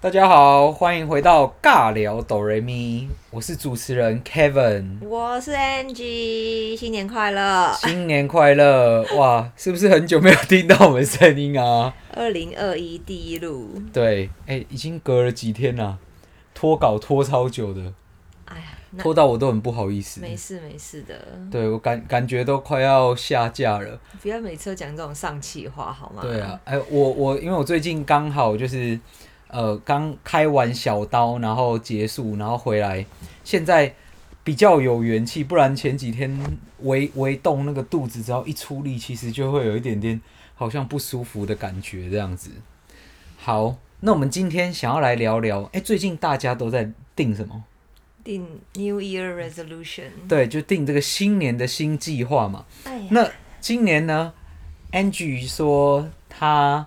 大家好，欢迎回到尬聊哆瑞咪，我是主持人 Kevin，我是 Angie，新年快乐！新年快乐！哇，是不是很久没有听到我们声音啊？二零二一第一路，对，哎、已经隔了几天了，拖稿拖超久的，哎呀，那拖到我都很不好意思。没事没事的，对我感感觉都快要下架了。不要每次都讲这种丧气话好吗？对，啊，哎、我我因为我最近刚好就是呃刚开完小刀，然后结束，然后回来，现在比较有元气，不然前几天围围动那个肚子，只要一出力，其实就会有一点点好像不舒服的感觉这样子。好，那我们今天想要来聊聊，哎、最近大家都在定什么？定 New Year Resolution，对，就定这个新年的新计划嘛。哎呀，那今年呢，Angie 说她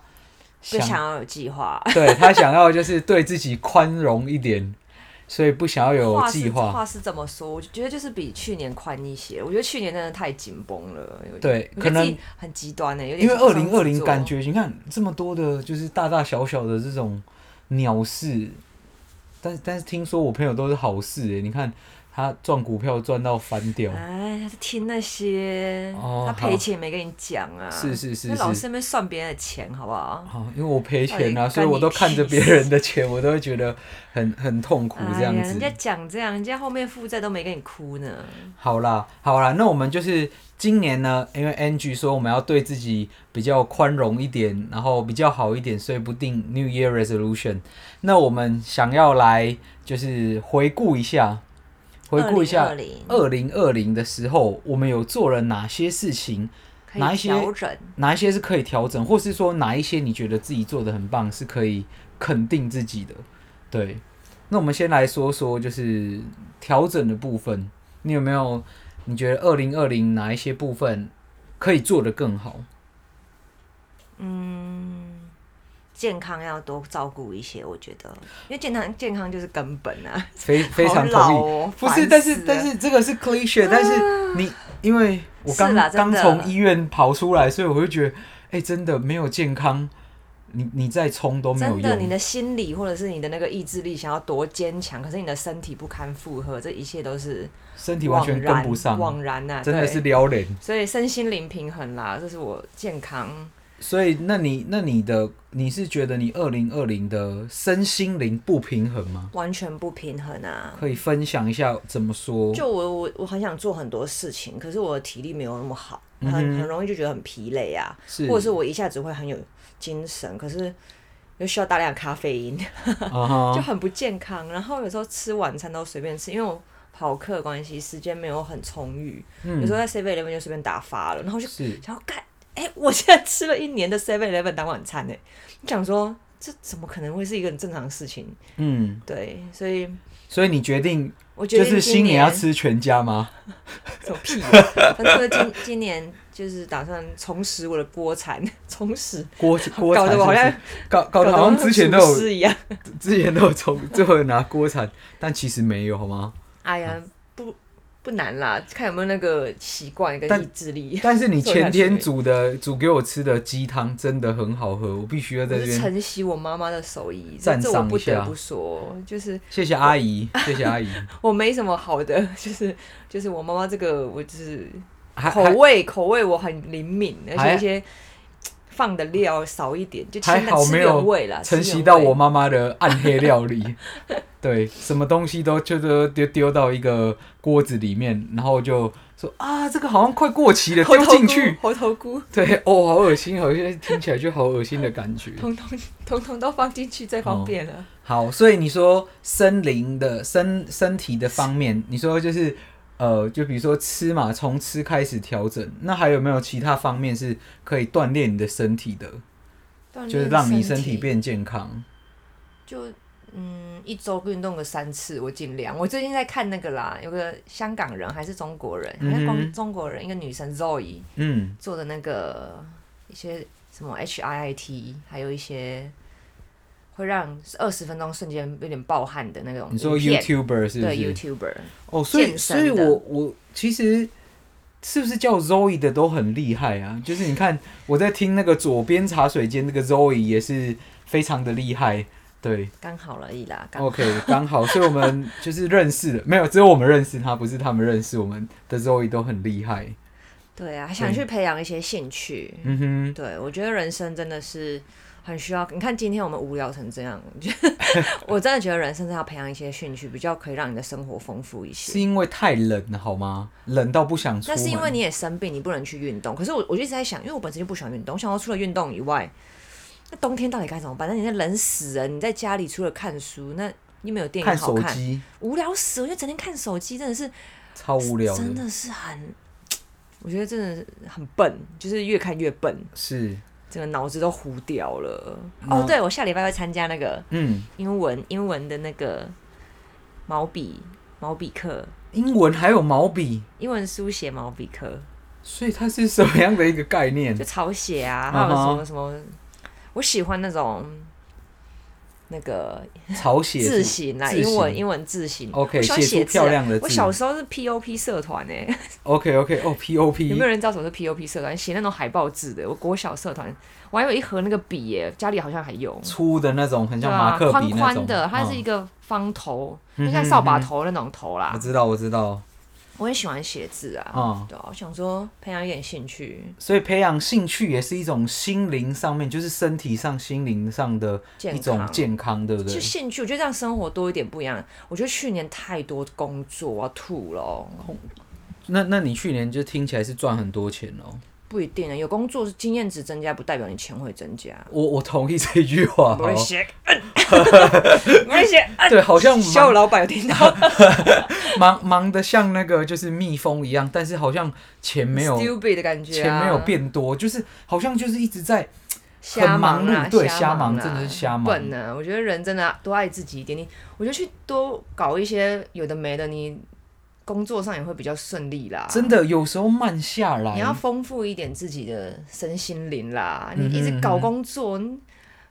不想要有计划， 对他想要就是对自己宽容一点，所以不想要有话计是划。话是这么说，我觉得就是比去年宽一些。我觉得去年真的太紧绷了，有点对我可觉得能自己很极端欸呢、有因点为二零二双子零座感觉，你看这么多的，就是大大小小的这种鸟事，但但是听说我朋友都是好事诶、你看他赚股票赚到翻掉，哎，他听那些，哦他好赔钱也没跟你讲啊，是是是那老是师在那边算别人的钱好不好？好、因为我赔钱哎啊，干所以我都你屁看着别人的钱，我都会觉得很很痛苦这样哎呀子。人家讲这样，人家后面负债都没跟你哭呢。好啦，好啦，那我们就是今年呢，因为 Angie 说我们要对自己比较宽容一点，然后比较好一点，所以不定 New Year Resolution。那我们想要来就是回顾一下，回顾一下呃2020二零二零的时候，我们有做了哪些事情，可哪一以些调整。哪一些是可以调整，或是说哪一些你觉得自己做的很棒，是可以肯定自己的。对，那我们先来说说就是调整的部分，你有没有你觉得二零二零哪一些部分可以做得更好？嗯，健康要多照顾一些，我觉得，因为健康健康就是根本啊。非非常 好老同意。哦，不烦是，死但是了但是这个是 cliche，但是你因为我刚是啦刚真的从医院跑出来，所以我就觉得，哎、真的没有健康，你你再冲都没有真的，你用。的心理或者是你的那个意志力想要多坚强，可是你的身体不堪负荷，这一切都是身体完全跟不上，枉然呐、啊，真的对是。撩脸。所以身心灵平衡啦，这是我健康所以，那你那你的你是觉得你二零二零的身心灵不平衡吗？完全不平衡啊。可以分享一下怎么说？就我我我很想做很多事情，可是我的体力没有那么好，很嗯哼很容易就觉得很疲累啊，是，或者是我一下子会很有精神，可是又需要大量的咖啡因， 啊哈 就很不健康。然后有时候吃晚餐都随便吃，因为我跑课关系时间没有很充裕，嗯有时候在 Seven Eleven 就随便打发了，然后就是想要干，哎、我现在吃了一年的 Seven Eleven 当晚餐呢、你想说这怎么可能会是一个很正常的事情？嗯，对，所以所以你决定我觉就得是新今年要吃全家吗？走 屁啊！反正我今今年就是打算重拾我的锅铲， 重拾 锅锅搞铲得我好是像不是搞搞得好像之前都厨有师 一样。之前都有从最后拿锅铲，但其实没有好 吗？哎呀，不不难啦，看有没有那个习惯跟但意志力。但是你做下前天去煮的煮给我吃的鸡汤真的很好喝，我必须要我在这是边承袭我妈妈的手艺，这赞这我赏不一下得不说，就是谢谢阿姨，谢谢阿姨，我没什么好的， 就是就是我妈妈这个，我就是 还口还味口味我很灵敏，而还且一些放的料少一点，就还清淡好吃没原有味啦，吃承原袭到味我妈妈的暗黑料理，对，什么东西都就都丢丢到一个锅子里面，然后就说啊，这个好像快过期了， 猴丢头进菇去，，猴头菇。对，哦，好恶心，好像听起来就好恶心的感觉。通通通通都放进去最方便了。好，所以你说森林的身身体的方面，你说就是呃，就比如说吃嘛，从吃开始调整，那还有没有其他方面是可以锻炼你的身体的，锻就是炼让你身身体变健康？就嗯一周运动个三次，我尽量。我最近在看那个啦，有个香港人还是中国人，嗯好哼像光中国人一个女生 Zoe 嗯。做的那个一些什么 HIIT，还有一些会让二十分钟瞬间有点暴汗的那种你说影片 YouTuber 是不对是？ YouTuber 哦，所以健所身以的我我其实是不是叫 Zoe 的都很厉害啊？就是你看我在听那个左边茶水间那个 Zoe 也是非常的厉害，对刚好而已啦。刚，OK，刚好，所以我们 就是认识的，没有，只有我们认识他，不是他们认识我们的 Zoe 都很厉害。对啊，想去培养一些兴趣。嗯哼，对，我觉得人生真的是很需要。你看今天我们无聊成这样，我 觉得我真的觉得人生是要培养一些兴趣，比较可以让你的生活丰富一些。是因为太冷了好吗？冷到不想出那门。是因为你也生病，你不能去运动。可是我我就一直在想，因为我本身就不喜欢运动，我想要除了运动以外，那冬天到底该怎么办？那你那冷死人，你在家里除了看书，那又没有电影看好手看，机，无聊死了！我就整天看手机，真的是超无聊真的。的是很，我觉得真的是很笨，就是越看越笨，是，整个脑子都糊掉了。那哦，对，我下礼拜会参加那个嗯，英文英文的那个毛笔毛笔课，英文还有毛笔，英文书写毛笔课，嗯所以它是什么样的一个概念就？抄写啊，还嗯有哼什么什么，我喜欢那种那个草写字是形啊，字形英文英文字形。 OK，我喜欢写出写字啊漂亮的字我小时候是 POP 社团诶、 ，OK OK，哦有没有，POP，人知道什么是 POP 社团？写那种海报字的，我国小社团，我还有一盒那个笔耶、家里好像还有，粗的那种，很对像啊马，克宽笔那宽种。的，它是一嗯个方头，嗯就哼嗯像扫把头那种头啦我。知道，我知道，我很喜欢写字啊，嗯对啊，我想说培养一点兴趣，所以培养兴趣也是一种心灵上面，就是身体上、心灵上的健一种康。健康，对不就对？兴趣，我觉得这样生活多一点不一样。我觉得去年太多工作，我要吐了哦。那那你去年就听起来是赚很多钱哦。不一定啊，有工作是经验值增加，不代表你钱会增加。我我同意这句话，我会好 写，嗯 我会写，对，好像小忙老板有听到忙忙的像那个就是蜜蜂一样，但是好像钱 没有 stupid 的感觉、啊，钱没有变多，就是好像就是一直在瞎忙很忙啦，碌对瞎瞎忙真的是瞎忙笨啊呢、我觉得人真的多爱自己一点，你我觉得去多搞一些有的没的，你工作上也会比较顺利啦。真的有时候慢下来啊你。要丰富一点自己的身心灵啦。嗯哼你一直搞工作，你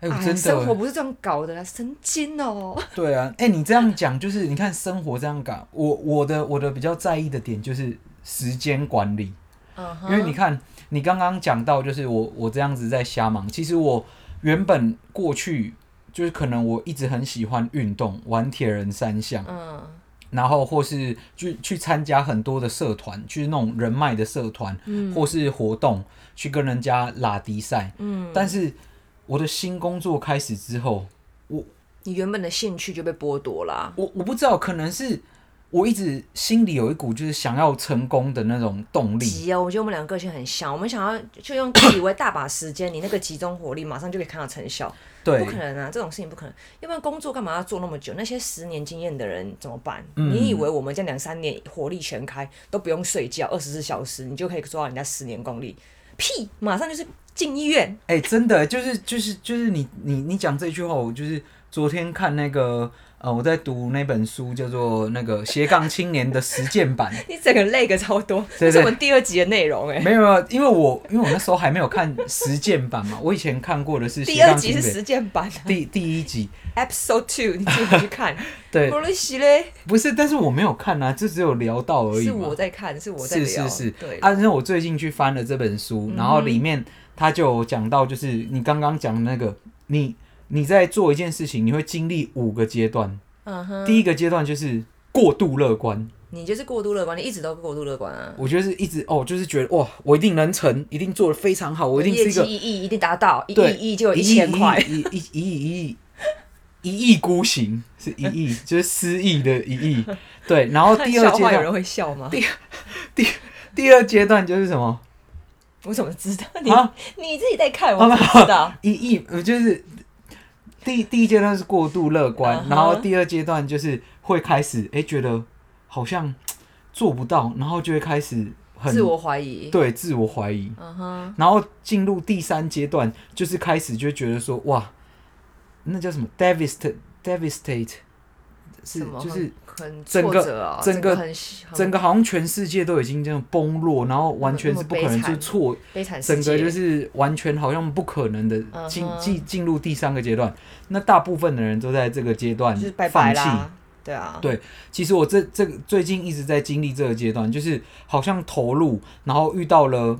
哎，我哎呀，真生的活不是这样搞的啦，神经哦、对啊，哎，你这样讲就是你看生活这样搞，我我的我的比较在意的点就是时间管理。嗯因为哼，你看，你刚刚讲到，就是我我这样子在瞎忙。其实我原本过去就是可能我一直很喜欢运动，玩铁人三项，嗯然后或是去去参加很多的社团，去那种人脉的社团，嗯或是活动，去跟人家拉迪赛。嗯，但是我的新工作开始之后，你原本的兴趣就被剥夺啦。我我不知道，可能是我一直心里有一股就是想要成功的那种动力。急哦，我觉得我们两个个性很像，我们想要就用自己为大把时间，你那个集中火力马上就可以看到成效。对不，可能啊，这种事情不可能。要不然工作干嘛要做那么久？那些十年经验的人怎么办？嗯你以为我们这样两三年火力全开，都不用睡觉，二十四小时你就可以做到人家十年功力？屁！马上就是进医院。哎、真的就是就是就是你你你讲这句话，我就是昨天看那个呃，我在读那本书叫做那个《斜杠青年的实践 。版》你整个累个超多，对对这是我们第二集的内 容哎、没有没有，因为我因为我那时候还没有看实践版嘛，我以前看过的是第斜二杠集青是年实践版啊第第一集， ，Episode Two，你自己去看。 对，我瑞西嘞，不是，但是我没有看啊，就只有聊到而已是嘛我在看，是我在是聊，是是对，啊，那我最近去翻了这本书，然后嗯哼里面他就有讲到，就是你刚刚讲的那个，你你在做一件事情，你会经历五个阶段，嗯哼，第一个阶段就是过度乐观，你就是过度乐观，你一直都过度乐观啊。我觉得是一直哦，就是觉得哇，我一定能成，一定做的非常好，我一定是业一绩个一亿一定达到，一对亿一就有一一千块，亿一亿一亿一亿一亿孤行，是一亿，就是失忆的一亿。对，然后哦第二 笑阶话有人段，会笑吗？ 第二阶段就是什么我怎么知道？你、啊？哦你自己在看，我怎么知道？一亿，呃就是第第一阶段是过度乐观嗯哼然后第二阶段就是会开始哎、诶觉得好像做不到，然后就会开始很自我怀疑。对自我怀疑。嗯哼，然后进入第三阶段，就是开始就觉得说，哇，那叫什么 devastate devastate，是什么很？就是很整挫个折啊，整整个很整个个好像全世界都已经这样崩落，然后完全是不可那能，么就悲惨错，悲惨世整界，个就是完全好像不可能的嗯进哼进进入第三个阶段。那大部分的人都在这个阶段就是拜放拜弃。啦。对啊，对其实我这这个最近一直在经历这个阶段，就是好像投入，然后遇到了，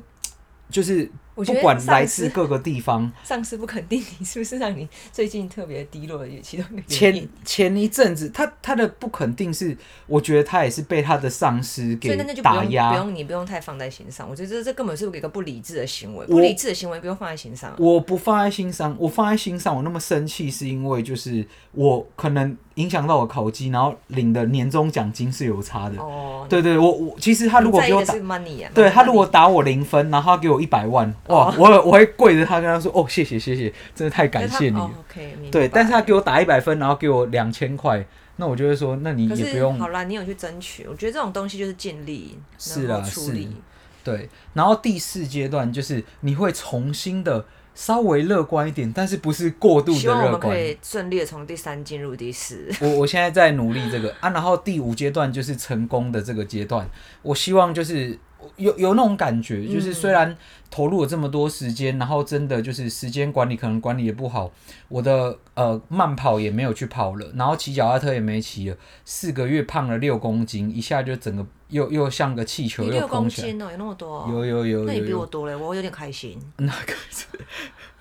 就是我觉不得管上来自司各个地方，上司不肯定你，是不是让你最近特别低落的其中一个原因前？前一阵子他他的不肯定是，我觉得他也是被他的上司所给以那就不打用不压。用你不用太放在心上。我觉得这这根本是一个不理智的行为，我不理智的行为不用放在心上啊。我不放在心上，我放在心上，我那么生气是因为就是我可能影响到我考绩，然后领的年终奖金是有差的。哦，对对，我我其实他如果你在给意我的打是 money 啊，对 money 他如果打我零分，然后他给我一百万，哇哦，我我会跪着他跟他说，哦，谢谢谢谢，真的太感谢你那了他哦。OK，明白对，但是他给我打一百分，然后给我两千块，那我就会说，那你可也不是用好啦，你有去争取，我觉得这种东西就是尽力，是然啦后是处理。对。然后第四阶段就是你会重新的稍微乐观一点，但是不是过度希的望我乐们可观。以顺利的从第三进入第四。我我现在在努力这个啊，然后第五阶段就是成功的这个阶段，我希望就是有有那种感觉，嗯就是虽然投入了这么多时间，然后真的就是时间管理可能管理也不好，我的呃慢跑也没有去跑了，然后骑脚踏车也没骑了，四个月胖了六公斤，一下就整个又又像个气球 你又六空公起来，斤哦，有那么多哦？有有有那你有比我有，多嘞，我有点开心。那个是，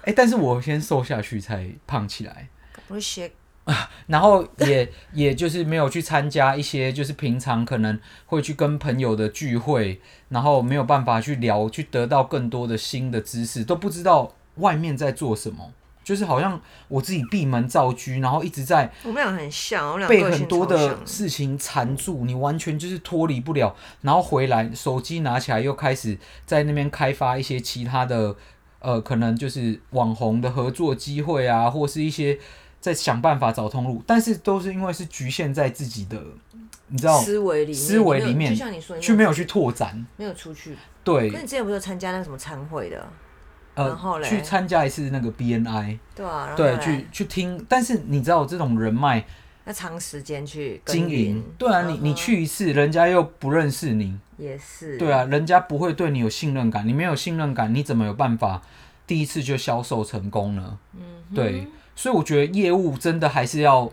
哎、但是我先瘦下去才胖起来。我就写然后也也就是没有去参加一些就是平常可能会去跟朋友的聚会，然后没有办法去聊，去得到更多的新的知识，都不知道外面在做什么，就是好像我自己闭门造车，然后一直在我们俩很像，我们俩被个很性多超的像事情缠住，你完全就是脱离不了。然后回来，手机拿起来又开始在那边开发一些其他的，呃，可能就是网红的合作机会啊，或是一些在想办法找通路，但是都是因为是局限在自己的，你知道，思维里面，思维你没有里面就像你说，你去没没有有去拓展，没有出去。可是对，你之前不是有参加那个什么参会的，然后呃，嘞去参加一次那个 BNI，对啊，然后对，嘞去去听，但是你知道这种人脉要长时间去耕经营，对啊，你你嗯哼去一次，人家又不认识你。也是对啊，人家不会对你有信任感，你没有信任感，你怎么有办法第一次就销售成功呢？嗯哼，对，所以我觉得业务真的还是要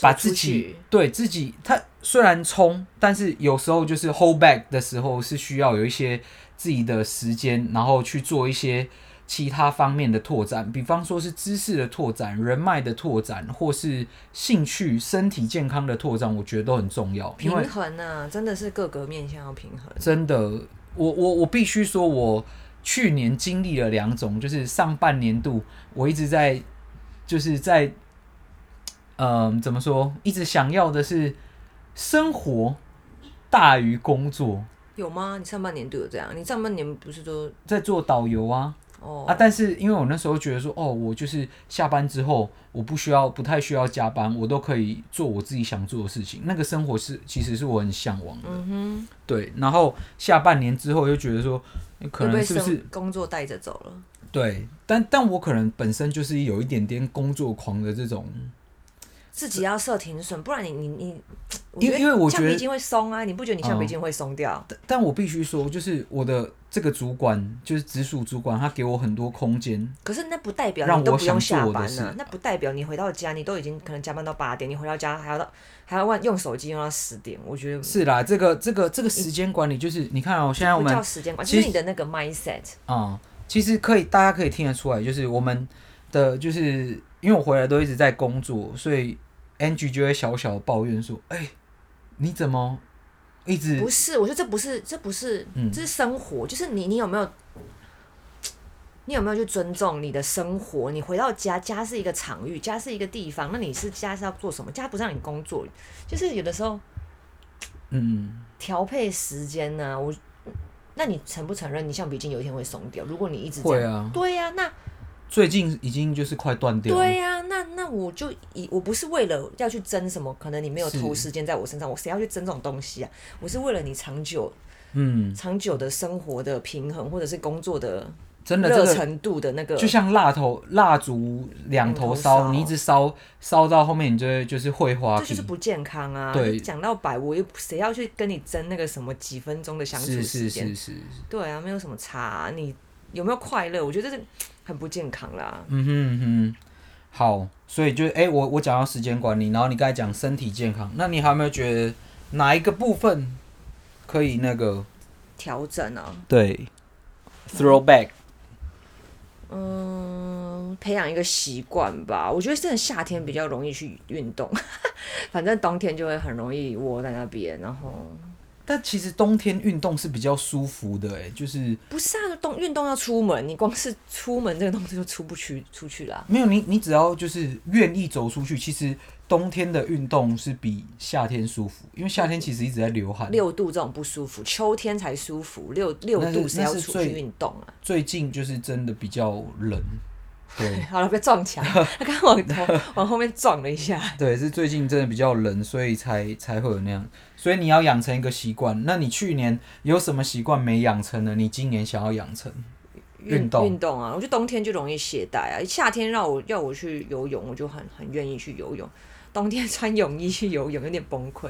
把自走出己去对自己，他虽然冲，但是有时候就是 hold back 的时候是需要有一些自己的时间，然后去做一些其他方面的拓展，比方说是知识的拓展、人脉的拓展，或是兴趣、身体健康的拓展，我觉得都很重要，因为平衡啊，真的是各个面向要平衡。真的，我我我必须说，我去年经历了两种，就是上半年度我一直在，就是在，嗯、怎么说，一直想要的是生活大于工作，有吗？你上半年都有这样？你上半年不是都在做导游啊哦啊，但是因为我那时候觉得说，哦，我就是下班之后，我不需要不太需要加班，我都可以做我自己想做的事情，那个生活是其实是我很向往的，嗯对，然后下半年之后又觉得说。可哼，又能被是不是生工作带着走了？对，但但我可能本身就是有一点点工作狂的这种，自己要设停损，不然你你你，我因觉得因为我觉橡得嗯皮筋会松啊，你不觉得你橡皮筋会松掉？但但我必须说，就是我的这个主管，就是直属主管，他给我很多空间，可是那不代表让你都我不用想下做的班事呢、那不代表你回到家，你都已经可能加班到八点，你回到家还要到还要用手机用到十点，我觉得是啦，这个这个这个时间管理，就是你看哦、现在我不们叫时间管，其就实是你的那个 mindset。啊、其实可以，大家可以听得出来，就是我们的，就是因为我回来都一直在工作，所以 Angie 就会小小地抱怨说：“哎、你怎么一直不是，我觉得这不是，这不是，嗯这是生活，就是你，你有没有，你有没有去尊重你的生活？你回到家，家是一个场域，家是一个地方，那你是家是要做什么？家不是让你工作，就是有的时候嗯调配时间呢、我，那你承不承认你橡皮筋有一天会松掉？如果你一直这会样，啊？对呀、那最近已经就是快断掉了。”对呀、那那我就以我不是为了要去争什么，可能你没有是投时间在我身上，我谁要去争这种东西啊？我是为了你长久嗯，长久的生活的平衡，或者是工作的真的，这热个程度的那个，就像蜡头蜡烛两头两头烧，烧你一直烧烧到后面，你就会就是会花这就是瓶。不健康啊！对你讲到百，我又谁要去跟你争那个什么几分钟的相处是时是间？是是，对啊，没有什么差啊、你有没有快乐？我觉得这是很不健康啦。嗯哼嗯哼，好，所以就是哎、我我讲到时间管理，然后你刚才讲身体健康，那你还有没有觉得哪一个部分可以那个调整啊，对 throwback？嗯，培养一个习惯吧。我觉得真的夏天比较容易去运动， 反正冬天就会很容易窝在那边，然后但其实冬天运动是比较舒服的、欸，哎，就是不是啊，动运动要出门，你光是出门这个东西就出不去出去啦。没有你，你只要就是愿意走出去，其实冬天的运动是比夏天舒服，因为夏天其实一直在流汗。六度这种不舒服，秋天才舒服，六六那是度谁要那是出最去运动啊？最近就是真的比较冷，对好了，别撞墙，他刚刚往头往后面撞了一下。对，是最近真的比较冷，所以才才会有那样。所以你要养成一个习惯。那你去年有什么习惯没养成呢？你今年想要养成？运动运动啊，我觉得冬天就容易懈怠啊。夏天让我要我去游泳，我就很很愿意去游泳。冬天 穿泳衣去游泳有点崩溃。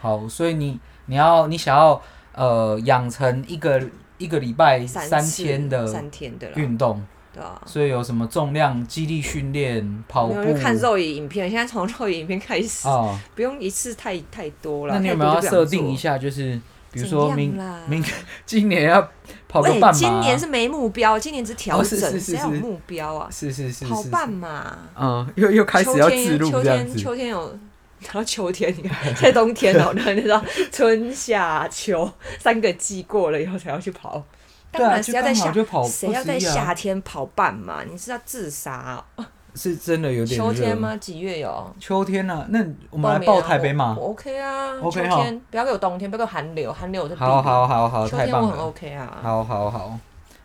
好，所以你你要你想要呃养成一个一个礼拜三三次天的三天的啦，运动，对啊。所以有什么重量肌力训练、跑没有就步看肉眼影片，现在从肉眼影片开始，啊？不用一次太太多了。那你有太没有多要就不想设定做一？下？就是比如怎说样明啦明 今年要跑个喂半马，啊今年是没目标，今年只调哦是整，是是谁有是目标啊？是是是跑是，半马。嗯，又又开秋始要天自录秋这样天子。秋天有。 然后秋天，你看在冬天 哦，然后你知道春夏秋三个季过了以后才要去跑。对当啊，然就谁要在刚好夏就跑谁要21在啊夏天跑半马？你是要自杀哦、是真的有点秋天热？吗？几月有？秋天呢、那我我们来报台北马。啊我 OK 啊。 OK 秋天不要给我冬天，不要给我寒流，寒流我就避好好好好，秋太天棒我很了！ OK 啊。好好好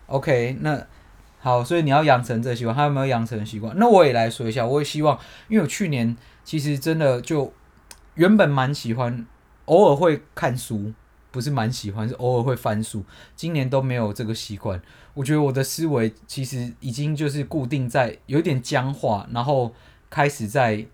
，OK，那好，所以你要养成这个习惯，还有没有养成的习惯？那我也来说一下，我也希望，因为我去年其实真的就原本蛮喜欢，偶尔会看书，不是蛮喜欢，是偶尔会翻书。今年都没有这个习惯，我觉得我的思维其实已经就是固定在有点僵化，然后开始在。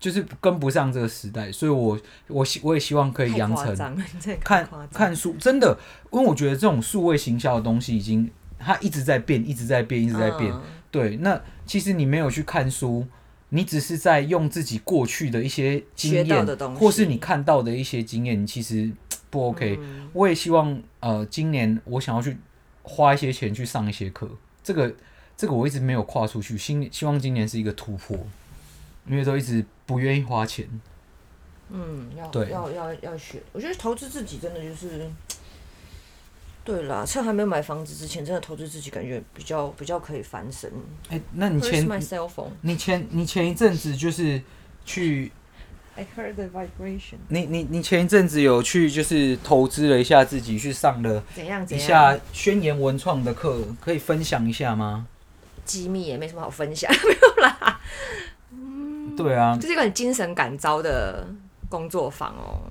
就是跟不上这个时代，所以我我希我也希望可以太养夸成张了，你真的太看夸张。看书，真的，因为我觉得这种数位行销的东西已经它一直在变，一直在变，一直在变。嗯对，那其实你没有去看书，你只是在用自己过去的一些经学到验的东，西或是你看到的一些经验，你其实不 OK、我嗯也希望呃，今年我想要去花一些钱去上一些课，这个这个我一直没有跨出去，希希望今年是一个突破，因为都一直不愿意花钱。嗯，要对要要要学。我觉得投资自己真的就是，对啦，趁还没有买房子之前，真的投资自己感觉比较比较可以翻身。哎、那你 Where's 前 my cell phone? 你前你前一阵子就是去 I heard the vibration. 你你你前一阵子有去就是投资了一下自己，去上了怎样一怎样？下宣言文创的课，可以分享一下吗？机密也没什么好分享， 嗯对啊，这是一个很精神感召的工作坊哦，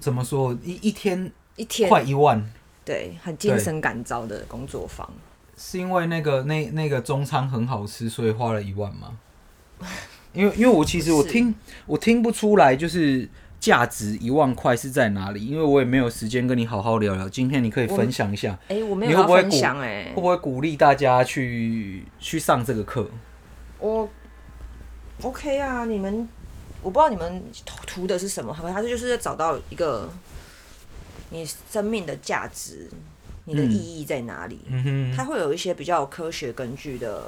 怎么说一一天一天快一万，对，很精神感召的工作坊。是因为那个那那个中餐很好吃，所以花了一万 吗？因为因为我其实我不是听我听不出来就是。价值一万块是在哪里？因为我也没有时间跟你好好聊聊。今天你可以分享一下，哎、我没有你会要不会分鼓享哎、会不会鼓励大家去去上这个课？我 OK 啊，你们我不知道你们图的是什么，反正就是找到一个你生命的价值，你的嗯意义在哪里？嗯哼，它会有一些比较有科学根据的，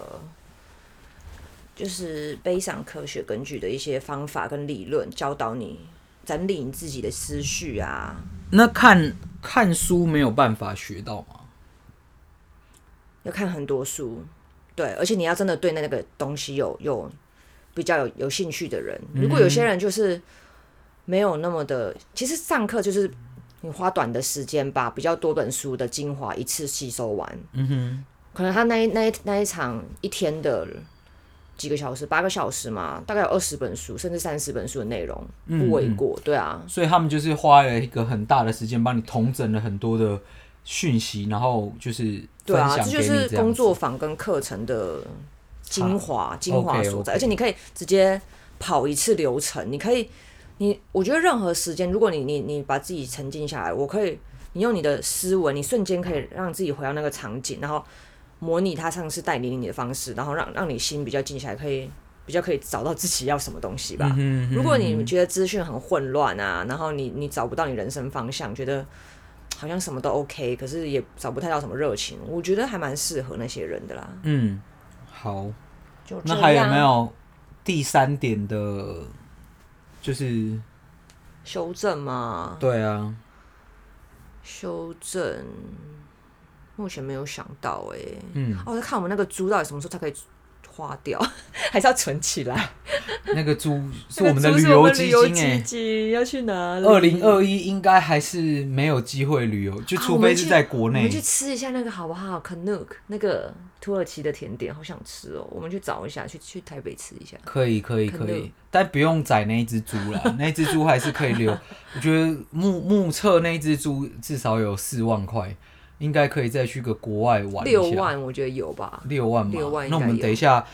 就是背上科学根据的一些方法跟理论，教导你整理你自己的思绪啊。那看看书没有办法学到吗？要看很多书，对，而且你要真的对那个东西有有比较有有兴趣的人。如果有嗯些人就是没有那么的，其实上课就是你花短的时间把比较多本书的精华一次吸收完，嗯哼，可能他那一那一那一场一天的几个小时，八个小时嘛，大概有二十本书甚至三十本书的内容，嗯不为过，对啊，所以他们就是花了一个很大的时间帮你统整了很多的讯息，然后就是对分啊，享这就给是你这样工作子。坊跟课程的精华精华 OK，所 OK 在而且你可以直接跑一次流程，你可以，你我觉得任何时间，如果你你你把自己沉浸下来，我可以，你用你的思维，你瞬间可以让自己回到那个场景，然后模拟他上次带领你的方式，然后让让你心比较静下来，可以比较可以找到自己要什么东西吧。嗯哼如果你觉得资讯很混乱啊，然后你你找不到你人生方向，觉得好像什么都 OK，可是也找不太到什么热情。我觉得还蛮适合那些人的啦。嗯，好，就那这还有样没有第三点的，就是修正嘛？对啊，修正，目前没有想到哎、嗯，哦，我在看我们那个猪到底什么时候才可以花掉， 还是要存起来？那个 猪是那我个们的猪旅是我游们旅基游金基哎、金要去哪里？二零二一应该还是没有机会旅游，就啊除非是在国我内们去。吃一下那个好不好？Canuck 那个土耳其的甜点，好想吃哦！我们去找一下，去去台北吃一下。可以可以可可以能，但不用宰那一只猪啦，那一只猪还是可以留。我觉得目目测那一只猪至少有四万块，应该可以再去个国外玩一下。六万，我觉得有吧？六万嘛，六万应那该我们有等一下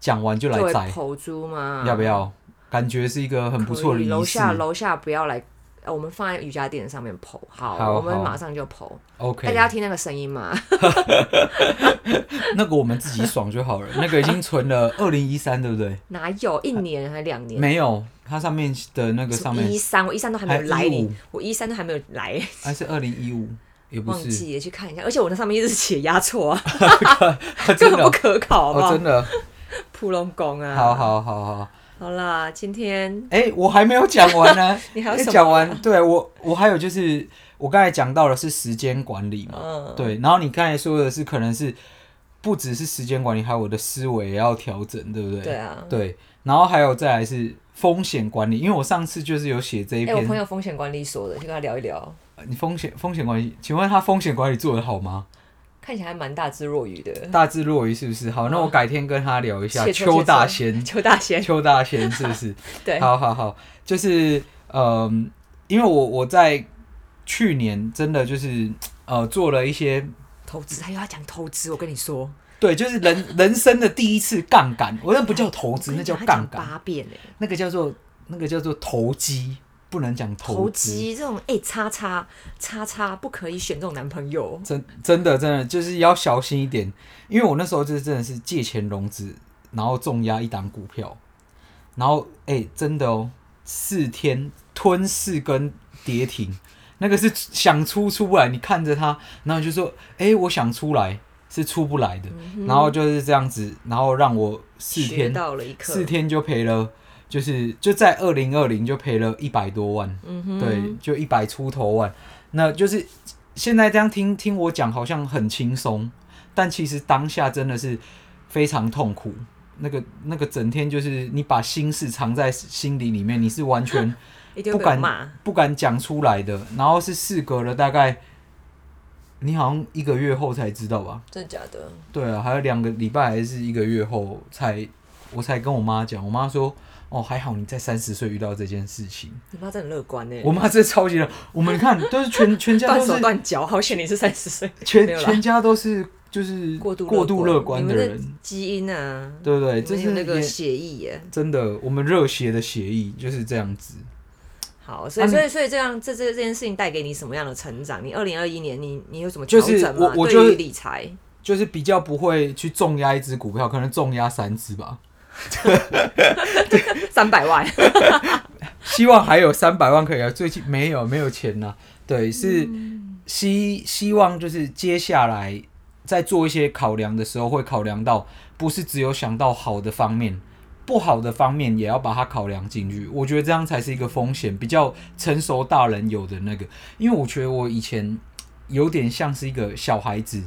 讲完就作来为宰，头猪嘛，要不？要？感觉是一个很不错的仪式。啊楼下楼下不要来，呃我们放在瑜伽垫上面剖。好，好我们好马上就剖。大 OK，家要听那个声音吗？ 那个我们自己爽就好了。那个已经存了二零一三，对不 对？哪有一年还两年？没有，它上面的那个上面一三，我一三都还没有还来15你，我一三都还没有来，还是二零一五，也不忘是，记了去看一下。而且我那上面一直写押错啊，根真 的本不哦可考，好不哦，好真？ 的，普龙宫啊，好好好好。好啦，今天哎、我还没有讲完呢、 你还有没什么讲完？对我，我还有就是我刚才讲到的是时间管理嘛，嗯，对，然后你刚才说的是可能是不只是时间管理，还有我的思维也要调整，对不对？对啊，对然后还有再来是风险管理，因为我上次就是有写这一哎、篇，我朋友风险管理所的，去跟他聊一聊，你风险风险管理，请问他风险管理做得好吗？看起来还蛮大智若 愚的。大智若愚是不是？好，那我改天跟他聊一下嗯切磋切磋邱大仙，邱大仙，邱大仙是不是？对，好好好，就是嗯，因为我我在去年真的就是呃做了一些投资，还有他讲投资，我跟你说，对，就是人人生的第一次杠杆，我那不叫投资，那叫我跟你杠讲他讲杆，八遍哎、那个叫做那个叫做投机，不能讲投资。机这种哎、叉叉叉叉不可以选这种男朋友，真真的真的就是要小心一点，因为我那时候就是真的是借钱融资，然后重压一档股票，然后哎、真的哦，四天吞四根跌停，那个是想出出不来，你看着它，然后你就说哎、我想出来是出不来的，然后就是这样子，然后让我四嗯学天到了一课，四天就赔了，就是就在二零二零就赔了一百多万，嗯哼，对，就一百出头万。那就是现在这样听听我讲，好像很轻松，但其实当下真的是非常痛苦。那个那个整天就是你把心事藏在心里里面，你是完 全一定不会被我敢骂，不敢讲出来的。然后是事隔了大概，你好像一个月后才知道吧？真的假的？对啊，还有两个礼拜还是一个月后才我才跟我妈讲，我妈说哦还好你在三十岁遇到这件事情。你妈真的很乐观哎、我妈这超级的，我们看都是全全家 断都手是断脚，好险你是三十岁，全没有啦全家都是就是过度过度乐观观的你们人，的基因啊，对不对？你这们有是那个也血液耶。真的，我们热血的血议就是这样子。好，所以啊所以所以这样这这这件事情带给你什么样的成长？你二零二一年你你有什么调就是整吗？我我对就是于 理财，就是比较不会去重压一只股票，可能重压三只吧。三百万，希望还有三百万可以啊，最近没有没有钱呐、啊对，是希希望就是接下来在做一些考量的时候，会考量到不是只有想到好的方面，不好的方面也要把它考量进去。我觉得这样才是一个风险比较成熟大人有的那个，因为我觉得我以前有点像是一个小孩子，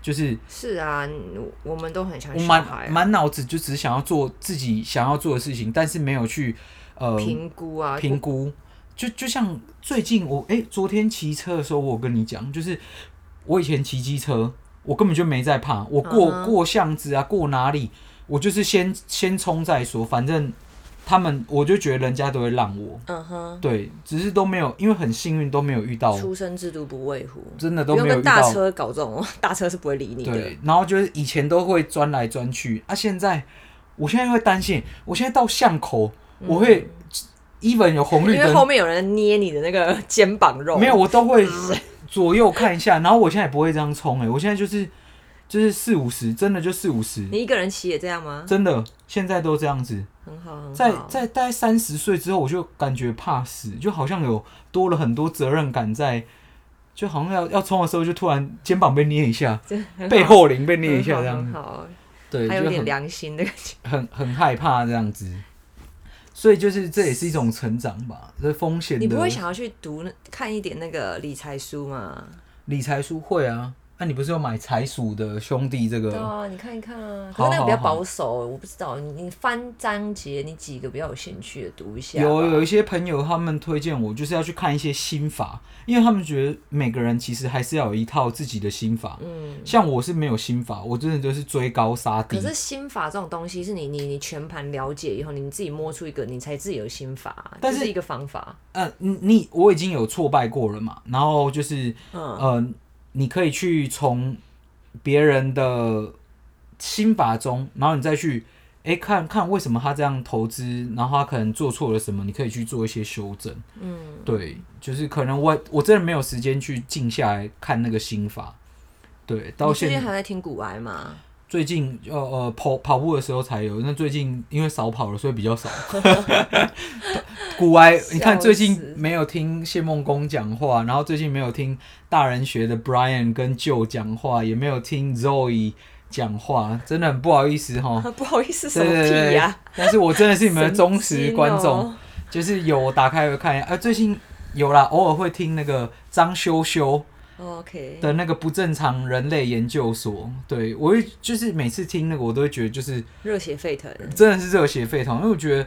就是 是啊，你我们都很想我小孩满啊、满脑子就只想要做自己想要做的事情，但是没有去呃评估啊，评估，就就像最近我哎、昨天骑车的时候，我有跟你讲，就是我以前骑机车，我根本就没在怕，我过、嗯哼过巷子啊，过哪里，我就是先先冲再说，反正他们我就觉得人家都会让我，嗯哼，对，只是都没有，因为很幸运都没有遇到，出生之犊不畏虎，真的不都用没有跟遇大到，车搞这种，大车是不会理你的。对，然后就是以前都会钻来钻去，啊，现在我现在会担心，我现在到巷口，我会、even 有红嗯因绿为灯后。面有人捏你的那 个肩膀肉，没有，，我都会左右看一下，然后我现在也不会这样冲哎、我现在就是就是四五十，真的就四五十，你一个人骑也这样吗？真的现在都这样子。很好，很好。在在大概三十岁之后，我就感觉怕死，就好像有多了很多责任感在就好像要要冲的时候，就突然肩膀被捏一下， 真的很好背后灵被捏一下，这样很子，好，很好对，还有就点很良心的感觉。很很害怕这样子。所以就是这也是一种成长吧，这风险你不的会想要去读那看一点那个理财书吗？理财书会啊。那、你不是有买财鼠的兄弟这对个？啊，你看一看啊。可好是那个比较好好保守，我不知道。你你翻章节，你几个比较有兴趣的读一下吧。有有一些朋友他们推荐我，就是要去看一些心法，因为他们觉得每个人其实还是要有一套自己的心法。嗯。像我是没有心法，我真的就是追高杀低可。是心法这种东西，是你你你全盘了解以后，你自己摸出一个，你才自己有心法啊，但这是一个方法。呃，你你我已经有挫败过了嘛，然后就是嗯，呃，你可以去从别人的心法中，然后你再去哎看看为什么他这样投资，然后他可能做错了什么，你可以去做一些修正。嗯，对，就是可能我我真的没有时间去静下来看那个心法。对，到你最现近在还在听古癌吗？最近呃呃跑跑步的时候才有，那最近因为少跑了，所以比 较少。古埃，你看笑最近死没有听谢梦工讲话，然后最近没有听大人学的 Brian 跟 Joe 讲话，也没有听 Zoe 讲话，真的很不好意思 哈。不好意思，什哦对么对屁对呀、，但是我真的是你们的神忠实经观众，哦就是有打开会看一下。呃，最近有啦，偶尔会听那个张修修，哦 OK，的那个不正常人类研究所，对我会就是每次听那个，我都会觉得就是热血沸腾，真的是热血沸腾，因为我觉得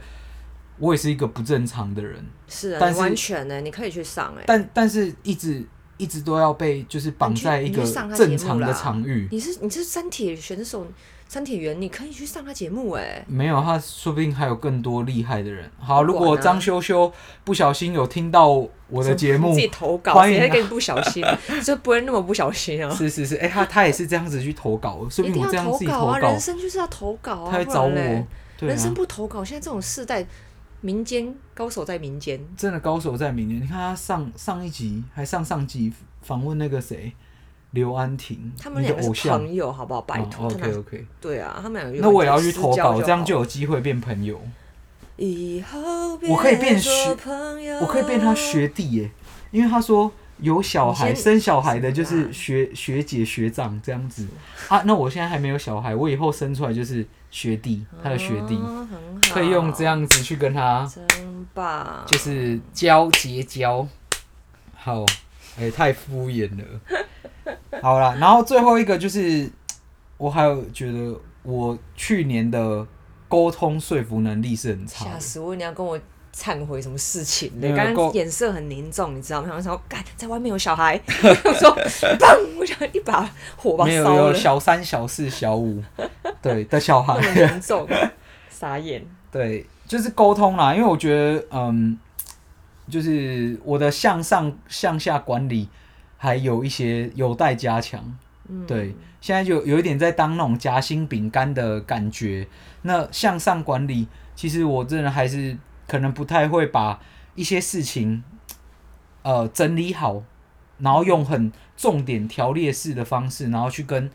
我也是一个不正常的人，是啊，但你是完全呢、你可以去上哎、但但是一直一直都要被就是绑在一个你去上他节目正啦常的场域。你是你是三铁选手，三铁员，你可以去上他节目哎、没有，他说不定还有更多厉害的人。好，不如管啊果张修修不小心有听到我的节目自，己投稿，欢迎谁会啊跟你不小心？ 就不会那么不小心啊！是是是，哎、他他也是这样子去投稿，说一不定定我要这样投自己稿投啊！稿，人生就是要投稿啊！他会不找然我嘞，。对人啊生，不投稿，现在这种世代，民间高手在民间。真的高手在民间。你看他上上一集还上上集访问那个谁刘安婷，他们你的两个偶是像。朋友，好不好？拜托， o 他 k 哪 OK，对啊，他们两个有那我也点要去私投交稿，好这样就有机会变朋友。以后我可以变做学朋友我可以变他学弟耶，因为他说有小孩你先生小孩的就是是啊学学姐学长这样子啊。那我现在还没有小孩，我以后生出来就是学弟，他的学弟，哦很好可以用这，样子去跟他真棒！就是交结交。好，哎、太敷衍了。好啦，然后最后一个就是，我还有觉得我去年的沟通说服能力是很差吓的。死我！你要跟我忏悔什么事情呢？没有刚够刚眼色很凝重，你知道吗？然后想说，干，在外面有 小孩，我说，砰！我想一把火把没有烧有了，小三、小四、小五， 对的小那么孩，凝 重，傻眼。对，就是沟通啦。因为我觉得，嗯，就是我的向上、向下管理还有一些有待加强。嗯，对，现在就有一点在当那种夹心饼干的感觉。那向上管理，其实我真的还是可能不太会把一些事情，呃，整理好，然后用很重点条列式的方式，然后去跟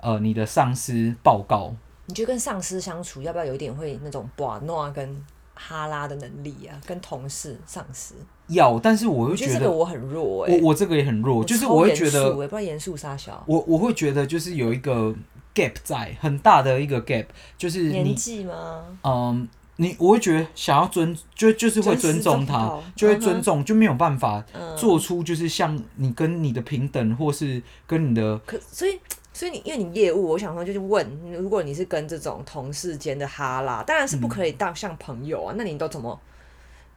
呃你的上司报告。你就跟上司相处，要不要有点会那种把啊诺跟哈拉的能力啊？跟同事、上司，要，但是我我又觉得觉这个得我很弱哎、我我这个也很弱，就是我会觉超严肃得欸不知道严肃啥小。我我会觉得就是有一个 gap 在很大的一个 gap，就是你年纪吗？嗯，你我会觉得想要尊，就就是会尊重尊师重他道，就会尊重，就没有办法嗯，做出就是像你跟你的平等，或是跟你的可所以所以你因为你业务，我想说就是问，如果你是跟这种同事间的哈拉，当然是嗯不可以当像朋友啊，那你都怎么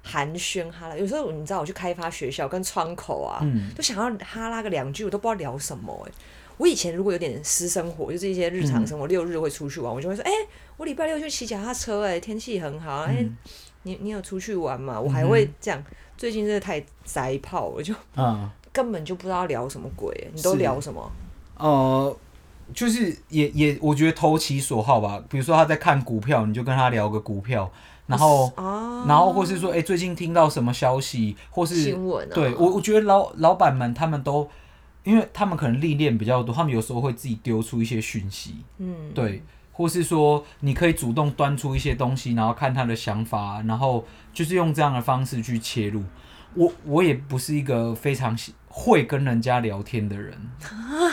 寒暄哈拉？有时候你知道我去开发学校跟窗口啊，嗯都想要哈拉个两句，我都不知道聊什么哎、我以前如果有点私生活，就是一些日嗯常生活，六日会出去玩，我就会说，哎、我礼拜六去骑脚踏车、哎，天气很好，哎、嗯你你有出去玩吗？我还会这样。最近真的太宅炮，我就 嗯根本就不知道聊什么鬼、哎你都是聊什么？呃，就是也也我觉得投其所好吧。比如说他在看股票，你就跟他聊个股票，然后哦，然后或是说，哎、最近听到什么消息，或是新闻啊对我，我觉得老老板们他们都，因为他们可能历练比较多，他们有时候会自己丢出一些讯息，嗯，对，或是说你可以主动端出一些东西，然后看他的想法，然后就是用这样的方式去切入。我我也不是一个非常喜会跟人家聊天的 人，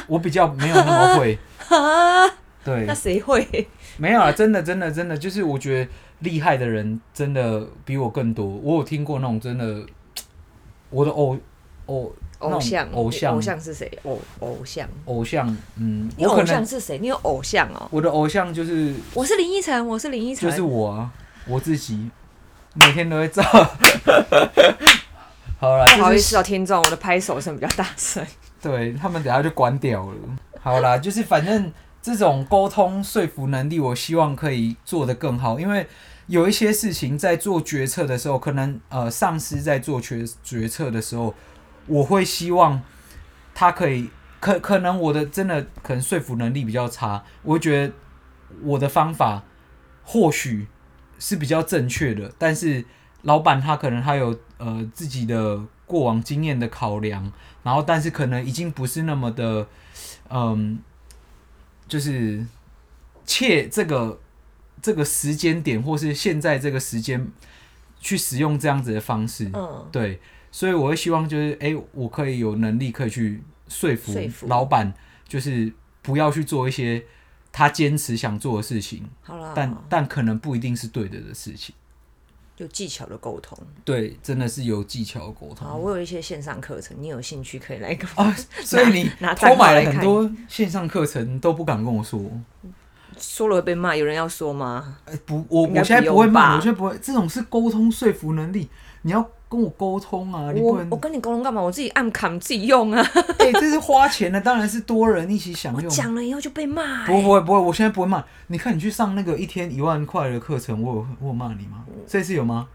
我比较没有那么会。啊，对 那，谁会？没有啊，真的真的真的，就是我觉得厉害的人真的比我更多。我有听过那种真的，我的偶偶那种偶像，偶像偶像是谁？偶偶像，偶像，嗯，你我可偶能像是谁？你有偶像哦。我的偶像就是我是林依晨，我是林依晨，就是我啊，我自己每天都会照。 好啦，不好就意是思哦，听众，我的拍手声比较大声。对他们等下就关掉了。好啦，就是反正这种沟通说服能力，我希望可以做得更好，因为有一些事情在做决策的时候，可能呃上司在做决决策的时候，我会希望他可以可可能我的真的可能说服能力比较差，我会觉得我的方法或许是比较正确的，但是老板他可能他有呃自己的过往经验的考量，然后但是可能已经不是那么的，嗯，就是切这个这个时间点或是现在这个时间去使用这样子的方式，嗯，对，所以我会希望就是，哎、我可以有能力可以去说服说服老板，就是不要去做一些他坚持想做的事情，好啦，但但可能不一定是对的的事情。有技巧的沟通。对，真的是有技巧的沟通好，我有一些线上课程，你有兴趣可以来跟我。啊， 所以你拿拿偷账号买来了很看多线上课程都不敢跟我说，说了会被骂，有人要说吗？呃不，我应我该现在不不会用骂，吧我现在不会，这种是沟通说服能力，你要跟我沟通啊，你不我能我跟你沟通干嘛？我自己按砍自己用啊！哎、这是花钱的，当然是多人一起享我用。讲了以后就被骂、不欸。会不会，我现在不会骂。你看你去上那个一天一万块的课程，我有我有骂你吗？嗯这次有吗？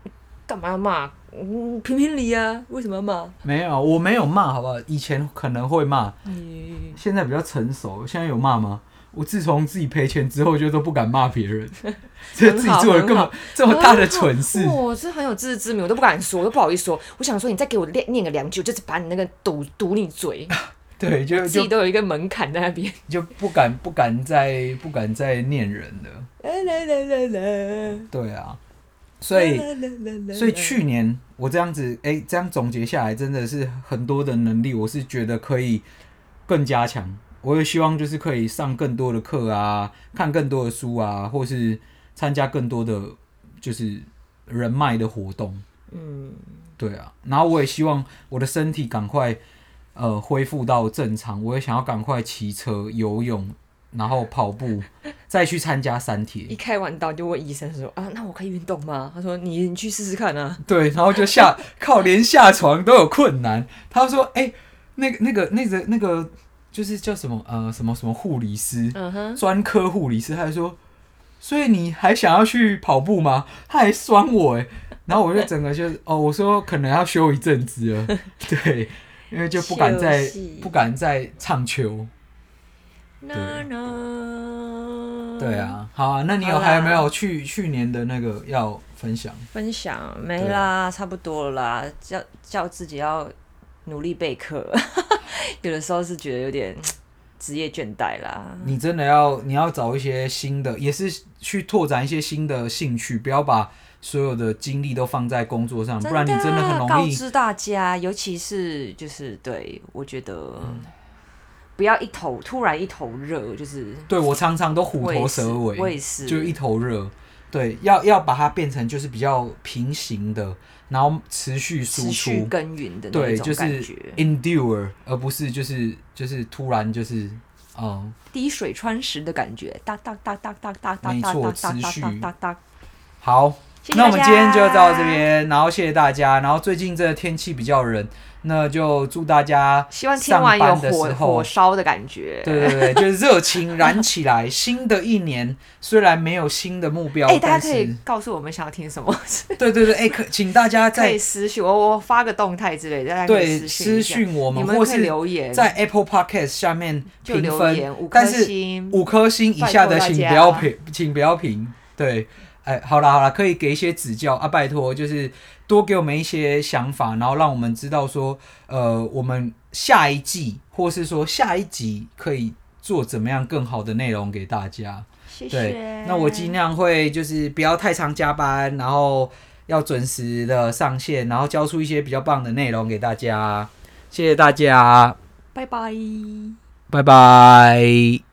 干嘛要骂？嗯，评评理啊！为什么要骂？没有，啊我没有骂，好不好？以前可能会骂，你现在比较成熟。现在有骂吗？我自从自己赔钱之后，就都不敢骂别 人，这自己做了很好根本哦这么大的蠢事。我是很有自知之明，我都不敢说，我都不好意思说。我想说，你再给我念念个两句，我就是把你那个堵堵你嘴，对，就自就己都有一个门槛在那边。就不敢不敢再不敢再念人了。啦啦啦啦啦，对啊，所以。啦啦啦啦啦所以去年我这样子，哎、这样总结下来，真的是很多的能力，我是觉得可以更加强。我也希望就是可以上更多的课啊，看更多的书啊，或是参加更多的就是人脉的活动。嗯，对啊，然后我也希望我的身体赶快呃恢复到正常，我也想要赶快骑车、游泳，然后跑步，再去参加三铁。一开完刀就问医生说啊，那我可以运动吗？他说你你去试试看啊。对，然后就 下靠，连下床都有困难。他说：“哎、那个、那个、那个、那个，就是叫什么呃什么什么护理师，嗯哼，专科护理师。”他就说：“所以你还想要去跑步吗？”他还酸我哎、然后我就整个 就哦，我说可能要休一阵子了，对，因为就不敢再休息不敢再唱秋。那那对，啊，好啊，那你有嗯好啦还有没有去去年的那个要分享？分享没啊啦，差不多了啦，叫叫自己要努力备课， 有的时候是觉得有点职业倦怠啦。你真的要你要找一些新的，也是去拓展一些新的兴趣，不要把所有的精力都放在工作上，不然你真的很容啊告易。知大家，尤其是就是对我觉得嗯不要一头突然一头热，就是对我常常都虎我也头是蛇我尾，也是，就一头热。对，要要把它变成就是比较平行的，然后持续输持续出，耕耘的那对，种就是感觉， endure，而不是就是就是突然就是，嗯，滴水穿石的感觉，哒哒哒哒哒哒哒没哒错哒哒持哒续哒哒哒。好，谢谢那我们大今天家就到这，边，然后谢谢大家。然后最近这个天气比较冷，那就祝大家希望听完有上班的时火候火烧的感觉。对对对，就是热情燃起来。新的一年虽然没有新的目标，哎、大但家是可以告诉我们想要听什么， 对对对，哎、可请大家可以在私讯我，我发个动态之类的，大家可以对私私讯一下。讯我你们，们或可以是留言，在 Apple Podcast 下面就评留言五分，但颗是星，五颗星以下的请不要评，请不要评。对，哎，好啦好啦，可以给一些指教啊，拜托，就是多给我们一些想法，然后让我们知道说，呃，我们下一季或是说下一集可以做怎么样更好的内容给大家。谢对谢。，那我尽量会就是不要太常加班，然后要准时的上线，然后交出一些比较棒的内容给大家。谢谢大家，拜拜。拜拜。